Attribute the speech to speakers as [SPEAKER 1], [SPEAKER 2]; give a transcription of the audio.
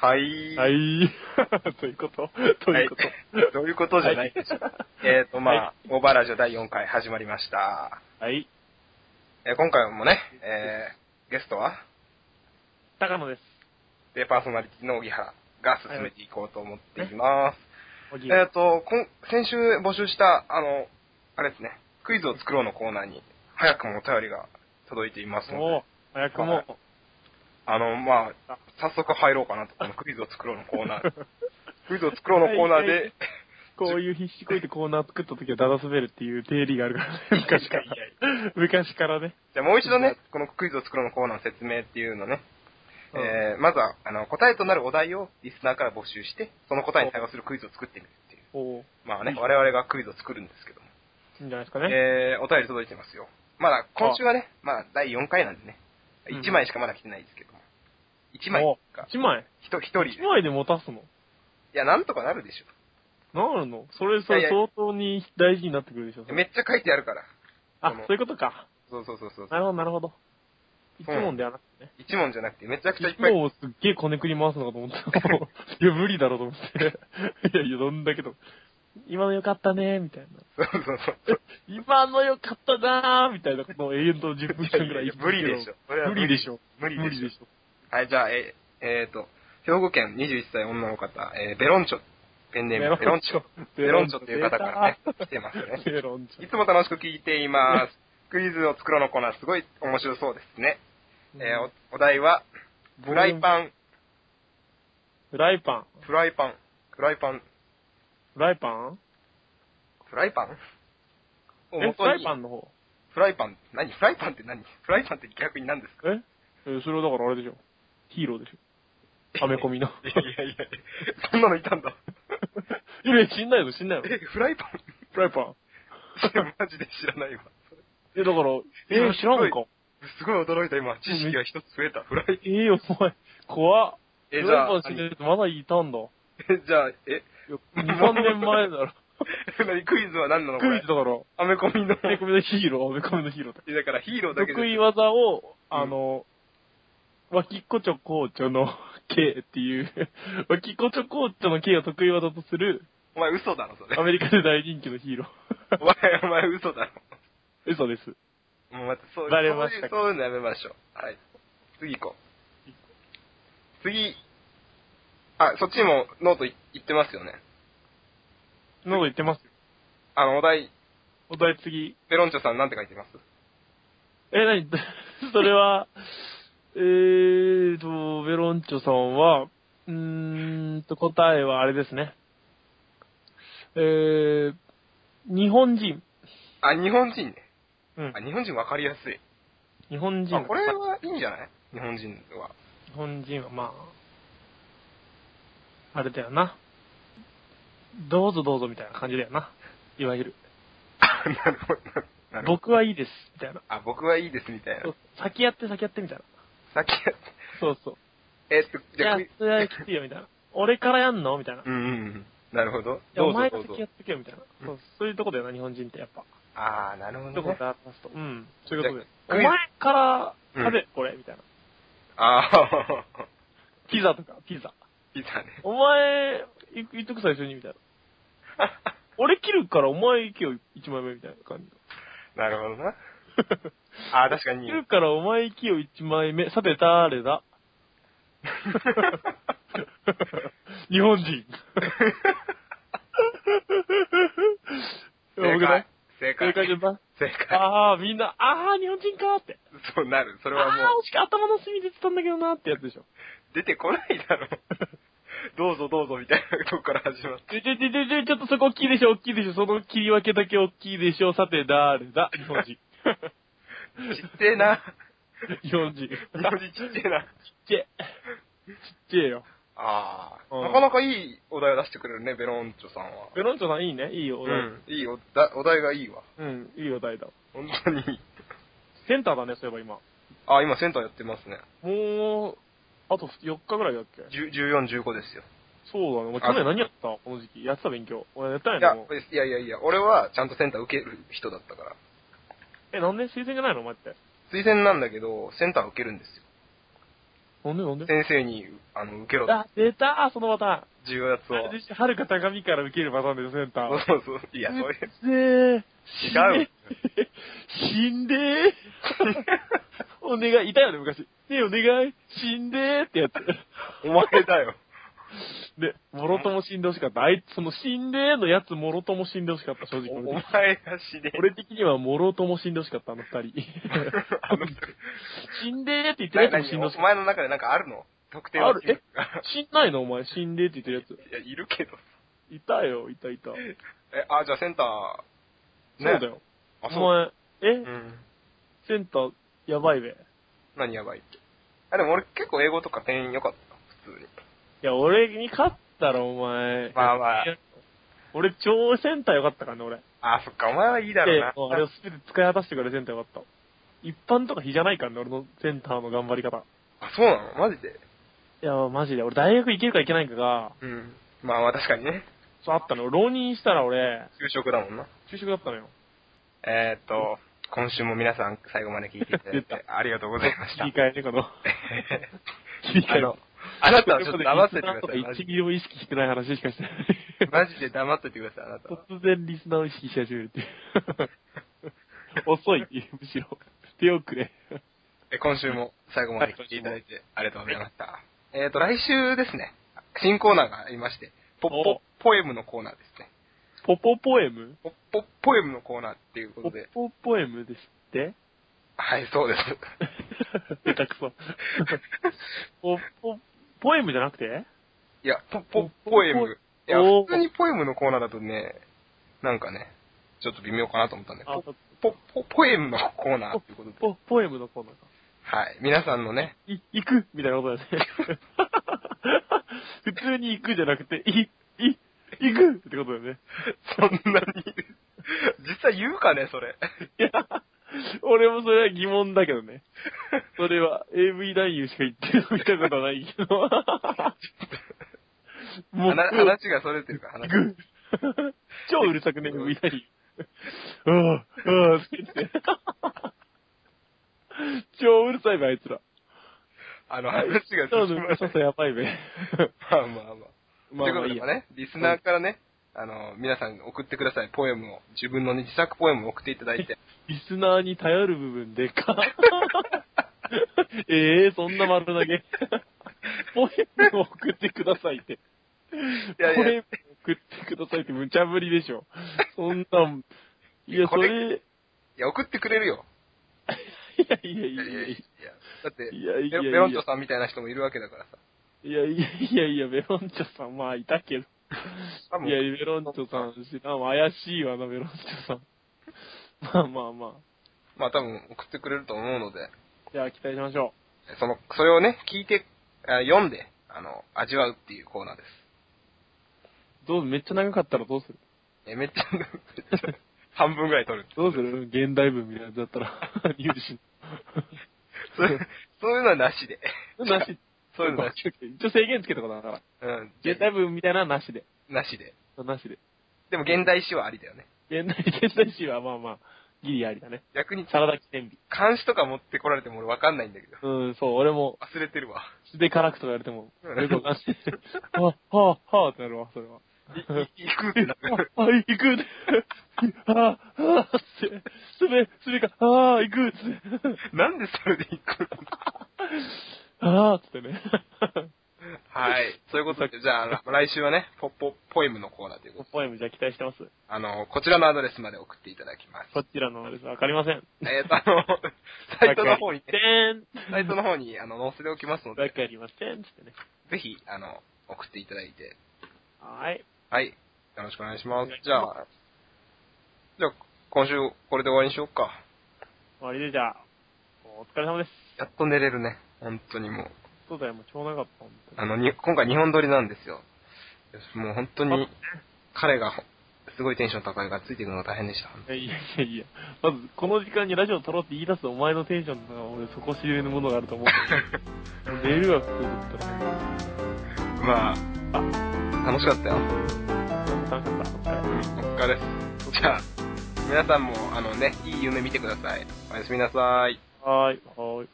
[SPEAKER 1] はい。
[SPEAKER 2] はい。 どういうことどう
[SPEAKER 1] は
[SPEAKER 2] いう
[SPEAKER 1] い
[SPEAKER 2] こと、
[SPEAKER 1] どういうことじゃないでしょう。 えっと、まあ、オーバーラジオ第4回始まりました。
[SPEAKER 2] はい。
[SPEAKER 1] えー今回もね、えーゲストは、
[SPEAKER 2] 高野です。
[SPEAKER 1] で、パーソナリティの荻原が進めていこうと思っています。
[SPEAKER 2] おぎ
[SPEAKER 1] えっ、と、こん先週募集した、あの、あれですね、クイズを作ろうのコーナーに、早くもお便りが届いていますの
[SPEAKER 2] お
[SPEAKER 1] で
[SPEAKER 2] ー、早くも。
[SPEAKER 1] あの、まあ
[SPEAKER 2] あ、
[SPEAKER 1] 早速入ろうかなと、このクイズを作ろうのコー ナー。クイズを作ろうのコーナー
[SPEAKER 2] はいは
[SPEAKER 1] で
[SPEAKER 2] い、こういう必死こいてコーナー作った時はダダ滑るっていう定理があるからね、昔か
[SPEAKER 1] い
[SPEAKER 2] ら
[SPEAKER 1] やいやい。
[SPEAKER 2] 昔からね。
[SPEAKER 1] じゃあもう一度ね、このクイズを作ろうのコーナーの説明っていうのね、
[SPEAKER 2] うん
[SPEAKER 1] えーまずはあの答えとなるお題をリスナーから募集して、その答えに対応するクイズを作ってみるっていう。
[SPEAKER 2] おー、い
[SPEAKER 1] まあね、我々がクイズを作るんですけども。
[SPEAKER 2] いんじゃないですかね。
[SPEAKER 1] えー、お便り届いてますよ。まだ今週はね、まあ第4回なんでね、
[SPEAKER 2] うん
[SPEAKER 1] 1枚しかまだ来てないですけども。1枚
[SPEAKER 2] お
[SPEAKER 1] か、
[SPEAKER 2] 1枚
[SPEAKER 1] 1, 一人。い
[SPEAKER 2] ?1 枚で持たすの
[SPEAKER 1] や、なんとかなるでし
[SPEAKER 2] なるのそれ、そ
[SPEAKER 1] い
[SPEAKER 2] れ
[SPEAKER 1] やいや
[SPEAKER 2] 相当に大事になってくるでしょ、そ
[SPEAKER 1] ょ。
[SPEAKER 2] れ
[SPEAKER 1] めっちゃ書いてあるから。
[SPEAKER 2] あ、
[SPEAKER 1] この
[SPEAKER 2] そういうことか。
[SPEAKER 1] そうそうそうそう。
[SPEAKER 2] なるほど、なるほど。一
[SPEAKER 1] そう
[SPEAKER 2] 問ではなくてね。
[SPEAKER 1] 1問じゃなくて、めちゃくちゃいっ
[SPEAKER 2] 一
[SPEAKER 1] ぱい。
[SPEAKER 2] 問をすっげえこねくり回すのかと思った。 もういや、無理だろうと思って。い やいや、どんだけど。今の良かったねー、みたいな。
[SPEAKER 1] そうそうそう。
[SPEAKER 2] 今の良かったなー、みたいなことを永遠と10分間ぐらい
[SPEAKER 1] いやいや無理でしょそれは
[SPEAKER 2] 無理でしょ。
[SPEAKER 1] 無理でしょ
[SPEAKER 2] 無理でしょ。
[SPEAKER 1] はい、じゃあ、えー、えーと、兵庫県21歳女の方、えー、ベロンチョ、ペンネーム、ベロンチョ。ベロンチョっていう方からね、来てますね。
[SPEAKER 2] ベロンチ
[SPEAKER 1] いつも楽しく聞いています。クイズを作ろうのコーナー、すごい面白そうですね。
[SPEAKER 2] ョ。
[SPEAKER 1] えーおお題は、フライ
[SPEAKER 2] ン。
[SPEAKER 1] パン、
[SPEAKER 2] フライパン。
[SPEAKER 1] フライパン、フライパン、
[SPEAKER 2] フライパン
[SPEAKER 1] フライパンを
[SPEAKER 2] え、フ
[SPEAKER 1] 元
[SPEAKER 2] ラ
[SPEAKER 1] に
[SPEAKER 2] イパンの方。
[SPEAKER 1] フライパン、何フライパンって何フライパンって逆に何ですか
[SPEAKER 2] ええそれはだからあれでしょ。ヒーローでしょ。アメコ ミの。
[SPEAKER 1] いやいやいや、そんなのいたんだ。
[SPEAKER 2] いやいや、死んないの、死んないの。
[SPEAKER 1] え、フライパン
[SPEAKER 2] フライパン。
[SPEAKER 1] それマジで知らないわ。
[SPEAKER 2] え、だから、え知らんのか。
[SPEAKER 1] すごい驚いた、今。知識が一つ増えた。フライ、
[SPEAKER 2] ええお前、怖っ。
[SPEAKER 1] え、じ
[SPEAKER 2] フライ
[SPEAKER 1] ゃ
[SPEAKER 2] パ
[SPEAKER 1] あ
[SPEAKER 2] ン、死んでるまだいたんだ。い
[SPEAKER 1] えじゃあ、え、
[SPEAKER 2] や2、3年前だろ。
[SPEAKER 1] 何クイズは何なのこ
[SPEAKER 2] クイ
[SPEAKER 1] れ
[SPEAKER 2] ズだから、
[SPEAKER 1] アメコミの。
[SPEAKER 2] アメコミのヒーロー、アメコミのヒーローだ。
[SPEAKER 1] だからヒーローだけ
[SPEAKER 2] 得意
[SPEAKER 1] で。
[SPEAKER 2] 技を、あの、脇っこちょこうちょの K っていう、脇っこちょこうちょの K を得意技とする、
[SPEAKER 1] お前嘘だろ、それ
[SPEAKER 2] ア。メリカで大人気のヒーロ
[SPEAKER 1] お前、お前嘘だろ。
[SPEAKER 2] ー。嘘です。
[SPEAKER 1] もうまたそう
[SPEAKER 2] バレましたか
[SPEAKER 1] そういうそういうのやめましょう。はい。次行こう。次。あ、そっちにもノートい言ってますよね。
[SPEAKER 2] の言ってます。
[SPEAKER 1] あの、お題、
[SPEAKER 2] お題次。
[SPEAKER 1] ペロンチョさんなんて書いてます
[SPEAKER 2] え、なに、 それは、えーと、ベロンチョさんは、うーんと、答えはあれですね。えー、日本人。
[SPEAKER 1] あ、日本人ね。
[SPEAKER 2] うん
[SPEAKER 1] あ、。日本人わかりやすい。
[SPEAKER 2] 日本人。
[SPEAKER 1] あ、これはいいんじゃない日本人は。
[SPEAKER 2] 日本人はまあ、あれだよな。どうぞどうぞみたいな感じだよな。いわゆる。
[SPEAKER 1] あなるほど。なるほど。
[SPEAKER 2] 僕はいいです、みたいな。
[SPEAKER 1] あ、僕はいいです、みたいな
[SPEAKER 2] そ。う先やって先やってみたいな。
[SPEAKER 1] 先やっ
[SPEAKER 2] そうそう。
[SPEAKER 1] えっと、
[SPEAKER 2] い
[SPEAKER 1] じゃ
[SPEAKER 2] や
[SPEAKER 1] あ、クイ、
[SPEAKER 2] それはきついよ、みたいな。俺からやんのみたいな。い
[SPEAKER 1] うんうんうん。なるほど。
[SPEAKER 2] や、
[SPEAKER 1] ど
[SPEAKER 2] お
[SPEAKER 1] うぞ
[SPEAKER 2] 前
[SPEAKER 1] ど
[SPEAKER 2] が
[SPEAKER 1] うぞ
[SPEAKER 2] 先や。ってけよ、みたいな。そう、そういうとこだよな、日本人ってやっぱ。
[SPEAKER 1] ああ、なるほ
[SPEAKER 2] そうい
[SPEAKER 1] ど、
[SPEAKER 2] うこ
[SPEAKER 1] ね
[SPEAKER 2] と。がありますと。うん。そういうことで。
[SPEAKER 1] じゃあ
[SPEAKER 2] お
[SPEAKER 1] クイ
[SPEAKER 2] 前
[SPEAKER 1] ズ
[SPEAKER 2] から
[SPEAKER 1] うん
[SPEAKER 2] 食べ、これ、みたいな。
[SPEAKER 1] ああ、
[SPEAKER 2] ピザとか、ピザ。
[SPEAKER 1] いたね。
[SPEAKER 2] お前、い言っとく最初に、みたいな。俺切るからお前行けよ、一枚目、みたいな感じ。
[SPEAKER 1] なるほどな。ああ、確かに。
[SPEAKER 2] 言うからお前行きよ一枚目。さて誰だ日本人。
[SPEAKER 1] 正
[SPEAKER 2] 僕だ
[SPEAKER 1] 解。正
[SPEAKER 2] 正
[SPEAKER 1] 解。
[SPEAKER 2] 解じゃない
[SPEAKER 1] 正解。
[SPEAKER 2] ああ、みんな、ああ、日本人かーって。
[SPEAKER 1] そうなる。それは
[SPEAKER 2] ああ
[SPEAKER 1] も、
[SPEAKER 2] 惜しく頭の隅出てたんだけどなーってやつでしょ。
[SPEAKER 1] う、出てこないだろう。 どうぞどうぞみたいなとこから始まって。
[SPEAKER 2] ちょちょちょちょちょ、ちょっとそこ大きいでしょ、大きいでしょ。その切り分けだけ大きいでしょ。さて誰だ日本人。
[SPEAKER 1] ちっちゃいな。
[SPEAKER 2] 日本人。ちっ
[SPEAKER 1] 日本人ちっちゃいな。
[SPEAKER 2] ちゃい。ちっちゃいよ。
[SPEAKER 1] ああ、
[SPEAKER 2] うん
[SPEAKER 1] なかなかいいお題を出してくれるね、ベロンチョさんは。
[SPEAKER 2] ベロンチョさんいいね。いいよ。お
[SPEAKER 1] う
[SPEAKER 2] 題
[SPEAKER 1] ん。いいおだお題がいいわ。
[SPEAKER 2] うん、いいよ、大だ。
[SPEAKER 1] 本当に。
[SPEAKER 2] センターだね、そういえば今。
[SPEAKER 1] あ、今センターやってますね。
[SPEAKER 2] もう、あと4日ぐらいだっけ
[SPEAKER 1] 10 14、15ですよ。
[SPEAKER 2] そうだね。俺
[SPEAKER 1] あ
[SPEAKER 2] 去年何やったこの時期。やってた勉強。俺やったん
[SPEAKER 1] い
[SPEAKER 2] や
[SPEAKER 1] や
[SPEAKER 2] ねもう、
[SPEAKER 1] いやいやいや、俺はちゃんとセンター受ける人だったから。
[SPEAKER 2] え、なんで推薦じゃないのお前って。
[SPEAKER 1] 推薦なんだけど、センター受けるんですよ。
[SPEAKER 2] なんでなんで
[SPEAKER 1] 先生に、あの、受けろと、
[SPEAKER 2] あ、出たそのパターン。
[SPEAKER 1] 重圧を
[SPEAKER 2] あ。れでしょはるか高みから受けるパターンですよ、センター
[SPEAKER 1] そう。そうそう。いや、そうい う。
[SPEAKER 2] うっせー。
[SPEAKER 1] 違う
[SPEAKER 2] 死んで ー。お願い、いたよね、昔。ねえ、お願い、死んでーってやつ。
[SPEAKER 1] お前だよ。
[SPEAKER 2] で、もろとも死んでほしかった。あいつ、その死んでーのやつ、もろとも死んでほしかった、正直
[SPEAKER 1] おお
[SPEAKER 2] 俺
[SPEAKER 1] 前
[SPEAKER 2] 的に。
[SPEAKER 1] が死ね。
[SPEAKER 2] 俺的にはもろとも死んでほしかった、あの二人。
[SPEAKER 1] あの人
[SPEAKER 2] 死んでーって言ってる
[SPEAKER 1] な
[SPEAKER 2] やつも死んでほ
[SPEAKER 1] 何お
[SPEAKER 2] しかっ
[SPEAKER 1] 前の中でなんかあるの特定
[SPEAKER 2] た。あ
[SPEAKER 1] の
[SPEAKER 2] る、
[SPEAKER 1] 人
[SPEAKER 2] え
[SPEAKER 1] 物が。
[SPEAKER 2] 死んないのお前、死んでーって言ってるや つ。
[SPEAKER 1] いや、いるけど。
[SPEAKER 2] いたよ、いたいた。そう
[SPEAKER 1] え、あ、じゃあセンター、
[SPEAKER 2] だ
[SPEAKER 1] ね。
[SPEAKER 2] よ。
[SPEAKER 1] あ、
[SPEAKER 2] お
[SPEAKER 1] そう。
[SPEAKER 2] 前、え、
[SPEAKER 1] うん。
[SPEAKER 2] センター、やばいべ。い
[SPEAKER 1] 何やばいって。あ、でも俺結構英語とか点良かった。普通に。
[SPEAKER 2] や、俺に勝ったら、お前。
[SPEAKER 1] まあまあ
[SPEAKER 2] いや俺、超センターよかったからね、俺。
[SPEAKER 1] あ、そっか、お前はいいだろうな
[SPEAKER 2] で。もうあれを全て使い果たしてからセンターよかった。一般とか比じゃないからね、俺のセンターの頑張り方。
[SPEAKER 1] あ、そうなのマジで
[SPEAKER 2] いや、マジで。俺、大学行けるか行けないかが、
[SPEAKER 1] うん。まあまあ確かにね。
[SPEAKER 2] そうあったの。浪人したら俺、
[SPEAKER 1] 就職だもんな。
[SPEAKER 2] 昼食だったのよ。
[SPEAKER 1] えーっと、今週も皆さん最後まで聞いていただい
[SPEAKER 2] 出
[SPEAKER 1] てありがとうございました
[SPEAKER 2] 切り。替えね、この。切り替え
[SPEAKER 1] あの、あなたはちょっと黙っててくだ
[SPEAKER 2] リスナーと
[SPEAKER 1] さ
[SPEAKER 2] か
[SPEAKER 1] い。マジ
[SPEAKER 2] 1
[SPEAKER 1] で
[SPEAKER 2] ミリも意識してない話しかしてない。
[SPEAKER 1] マジで黙っててください、あなたは。
[SPEAKER 2] 突然リスナーを意識し始めるっていう。 遅い、むしろ。手遅れ。
[SPEAKER 1] え今週も最後まで聞いていただいてありがとうございました。えっ、と、来週ですね、新コーナーがありまして、ポッポ
[SPEAKER 2] お、
[SPEAKER 1] ポエムのコーナーですね。
[SPEAKER 2] ポポポエム
[SPEAKER 1] ポッポ、ポエムのコーナーっていうこ
[SPEAKER 2] ポ
[SPEAKER 1] とで、
[SPEAKER 2] ポポエムですって
[SPEAKER 1] はい、そう です。
[SPEAKER 2] 下手くそ。ポポ、ポエムじゃなくて
[SPEAKER 1] いや、ポッポ、ポエム。いや、
[SPEAKER 2] お
[SPEAKER 1] 普通にポエムのコーナーだとね、なんかね、ちょっと微妙かなと思ったんで、
[SPEAKER 2] あ
[SPEAKER 1] ポ、ポ、ポポエムのコーナーっていうことで、
[SPEAKER 2] ポ、ポエムのコーナーか。
[SPEAKER 1] はい、皆さんのね、
[SPEAKER 2] い、行くみたいなことだね。普通に行くじゃなくて、い、い、行くってことだよね。
[SPEAKER 1] そんなに、実際言うかね、それ。
[SPEAKER 2] いや、俺もそれは疑問だけどね。それは AV 男優しか言ってるの見たことないけど。も
[SPEAKER 1] 話話がそれてるから、話が。
[SPEAKER 2] 行く。 超うるさくね、AV 男優。ああ、ああ、好きって。 超うるさいべ、あいつら。
[SPEAKER 1] あの、話が
[SPEAKER 2] 超う
[SPEAKER 1] 進まな
[SPEAKER 2] る
[SPEAKER 1] い
[SPEAKER 2] さ。さや ばいべ。
[SPEAKER 1] まあまあまあ。
[SPEAKER 2] まあまあ
[SPEAKER 1] と
[SPEAKER 2] い
[SPEAKER 1] いう
[SPEAKER 2] い
[SPEAKER 1] ことでも。
[SPEAKER 2] や
[SPEAKER 1] ね、リスナーからね、あの、皆さん送ってください、ポエムを。自分のね、自作ポエムを送っていただいて。
[SPEAKER 2] リスナーに頼る部分で か。ええそんな丸投げ。ポエムを送ってくださいって。
[SPEAKER 1] いやいや
[SPEAKER 2] ポエムを送ってくださいって無茶ぶりでしょ。そんなん、いや、
[SPEAKER 1] こ
[SPEAKER 2] そ
[SPEAKER 1] れ
[SPEAKER 2] れ、
[SPEAKER 1] いや、送ってくれるよ。
[SPEAKER 2] いやいやい
[SPEAKER 1] い
[SPEAKER 2] や
[SPEAKER 1] やいやいや。だって、
[SPEAKER 2] いやいやいや
[SPEAKER 1] ペロペロンチョさんみたいな人もいるわけだからさ。
[SPEAKER 2] いやいやいやいや、ベロンチョさん、まあ、いたけど。
[SPEAKER 1] 多分
[SPEAKER 2] いや、ベロンチョさん、知らんわ。怪しいわな、ベロンチョさん。まあまあま
[SPEAKER 1] まあ多分送ってくれると思うので、
[SPEAKER 2] あ。じゃあ、期待しましょ
[SPEAKER 1] その、それをね、聞いて、あ読んで、あの、味わうっていうコーナーです。
[SPEAKER 2] う。どうめっちゃ長かったらどうする
[SPEAKER 1] え、めっちゃ、 めっちゃ半分ぐらい取る。
[SPEAKER 2] どうする現代文みたいなやつだったら、 入手し
[SPEAKER 1] そういうそういうのはなしで。
[SPEAKER 2] なし。
[SPEAKER 1] そういうのなし。
[SPEAKER 2] 一応制限つけとかだから。
[SPEAKER 1] うん。
[SPEAKER 2] 現代文みたいなのはなしで。
[SPEAKER 1] なしで。
[SPEAKER 2] なしで。
[SPEAKER 1] でも現代史はありだよね。
[SPEAKER 2] 現代、現代史はまあまあ、ギリありだね。
[SPEAKER 1] 逆に、
[SPEAKER 2] サラダ記念日。
[SPEAKER 1] 監視とか持ってこられても俺わかんないんだけど。
[SPEAKER 2] うん、そう、俺も、
[SPEAKER 1] 忘れてるわ。
[SPEAKER 2] 素で辛くとか言われても、
[SPEAKER 1] うん
[SPEAKER 2] よくわかんない。はあ、はあ、はあってなるわ、それは。
[SPEAKER 1] いい行くってな る。
[SPEAKER 2] あ、あ行くって。あ、あ、って。すべ、すべか、あ、行くって。
[SPEAKER 1] なんでそれで行くの
[SPEAKER 2] あ、つってね。
[SPEAKER 1] はい。そういうことで、じゃあ、あの来週はね、ポッポポエムのコーナーということで、
[SPEAKER 2] ポエムじゃあ期待してます。
[SPEAKER 1] あの、こちらのアドレスまで送っていただきます。
[SPEAKER 2] こちらのです。わかりません。
[SPEAKER 1] えっ、と、あの、サイトの方に、ね、サ
[SPEAKER 2] サ
[SPEAKER 1] イトの方に、あの、載せておきますの
[SPEAKER 2] わ
[SPEAKER 1] で、
[SPEAKER 2] かりません。つってね。
[SPEAKER 1] ぜひ、あの、送っていただいて、
[SPEAKER 2] はい。
[SPEAKER 1] はい。よろしくお願いします
[SPEAKER 2] お願い。し
[SPEAKER 1] じゃ
[SPEAKER 2] ま
[SPEAKER 1] あ、じゃあ、今週、これで終わりにしようか。
[SPEAKER 2] 終わりでじゃあ、お疲れ様です。
[SPEAKER 1] やっと寝れるね。本当にもう。
[SPEAKER 2] そうだよ、もう超長かった、本当
[SPEAKER 1] あの、に今回日本撮りなんですよ。もう本当に、彼が、すごいテンション高いからついていくのが大変でした。
[SPEAKER 2] に。いやいやいや、まずこの時間にラジオ撮ろうって言い出すお前のテンションが俺そこ知れぬものがあると思う。もう寝るわ、普通だったら。
[SPEAKER 1] まあ、あ、楽しかったよ。
[SPEAKER 2] 楽しかった。お疲れ。
[SPEAKER 1] お疲れっす。じゃあ、皆さんも、あのね、いい夢見てください。おやすみなさい。
[SPEAKER 2] はーい、はーい。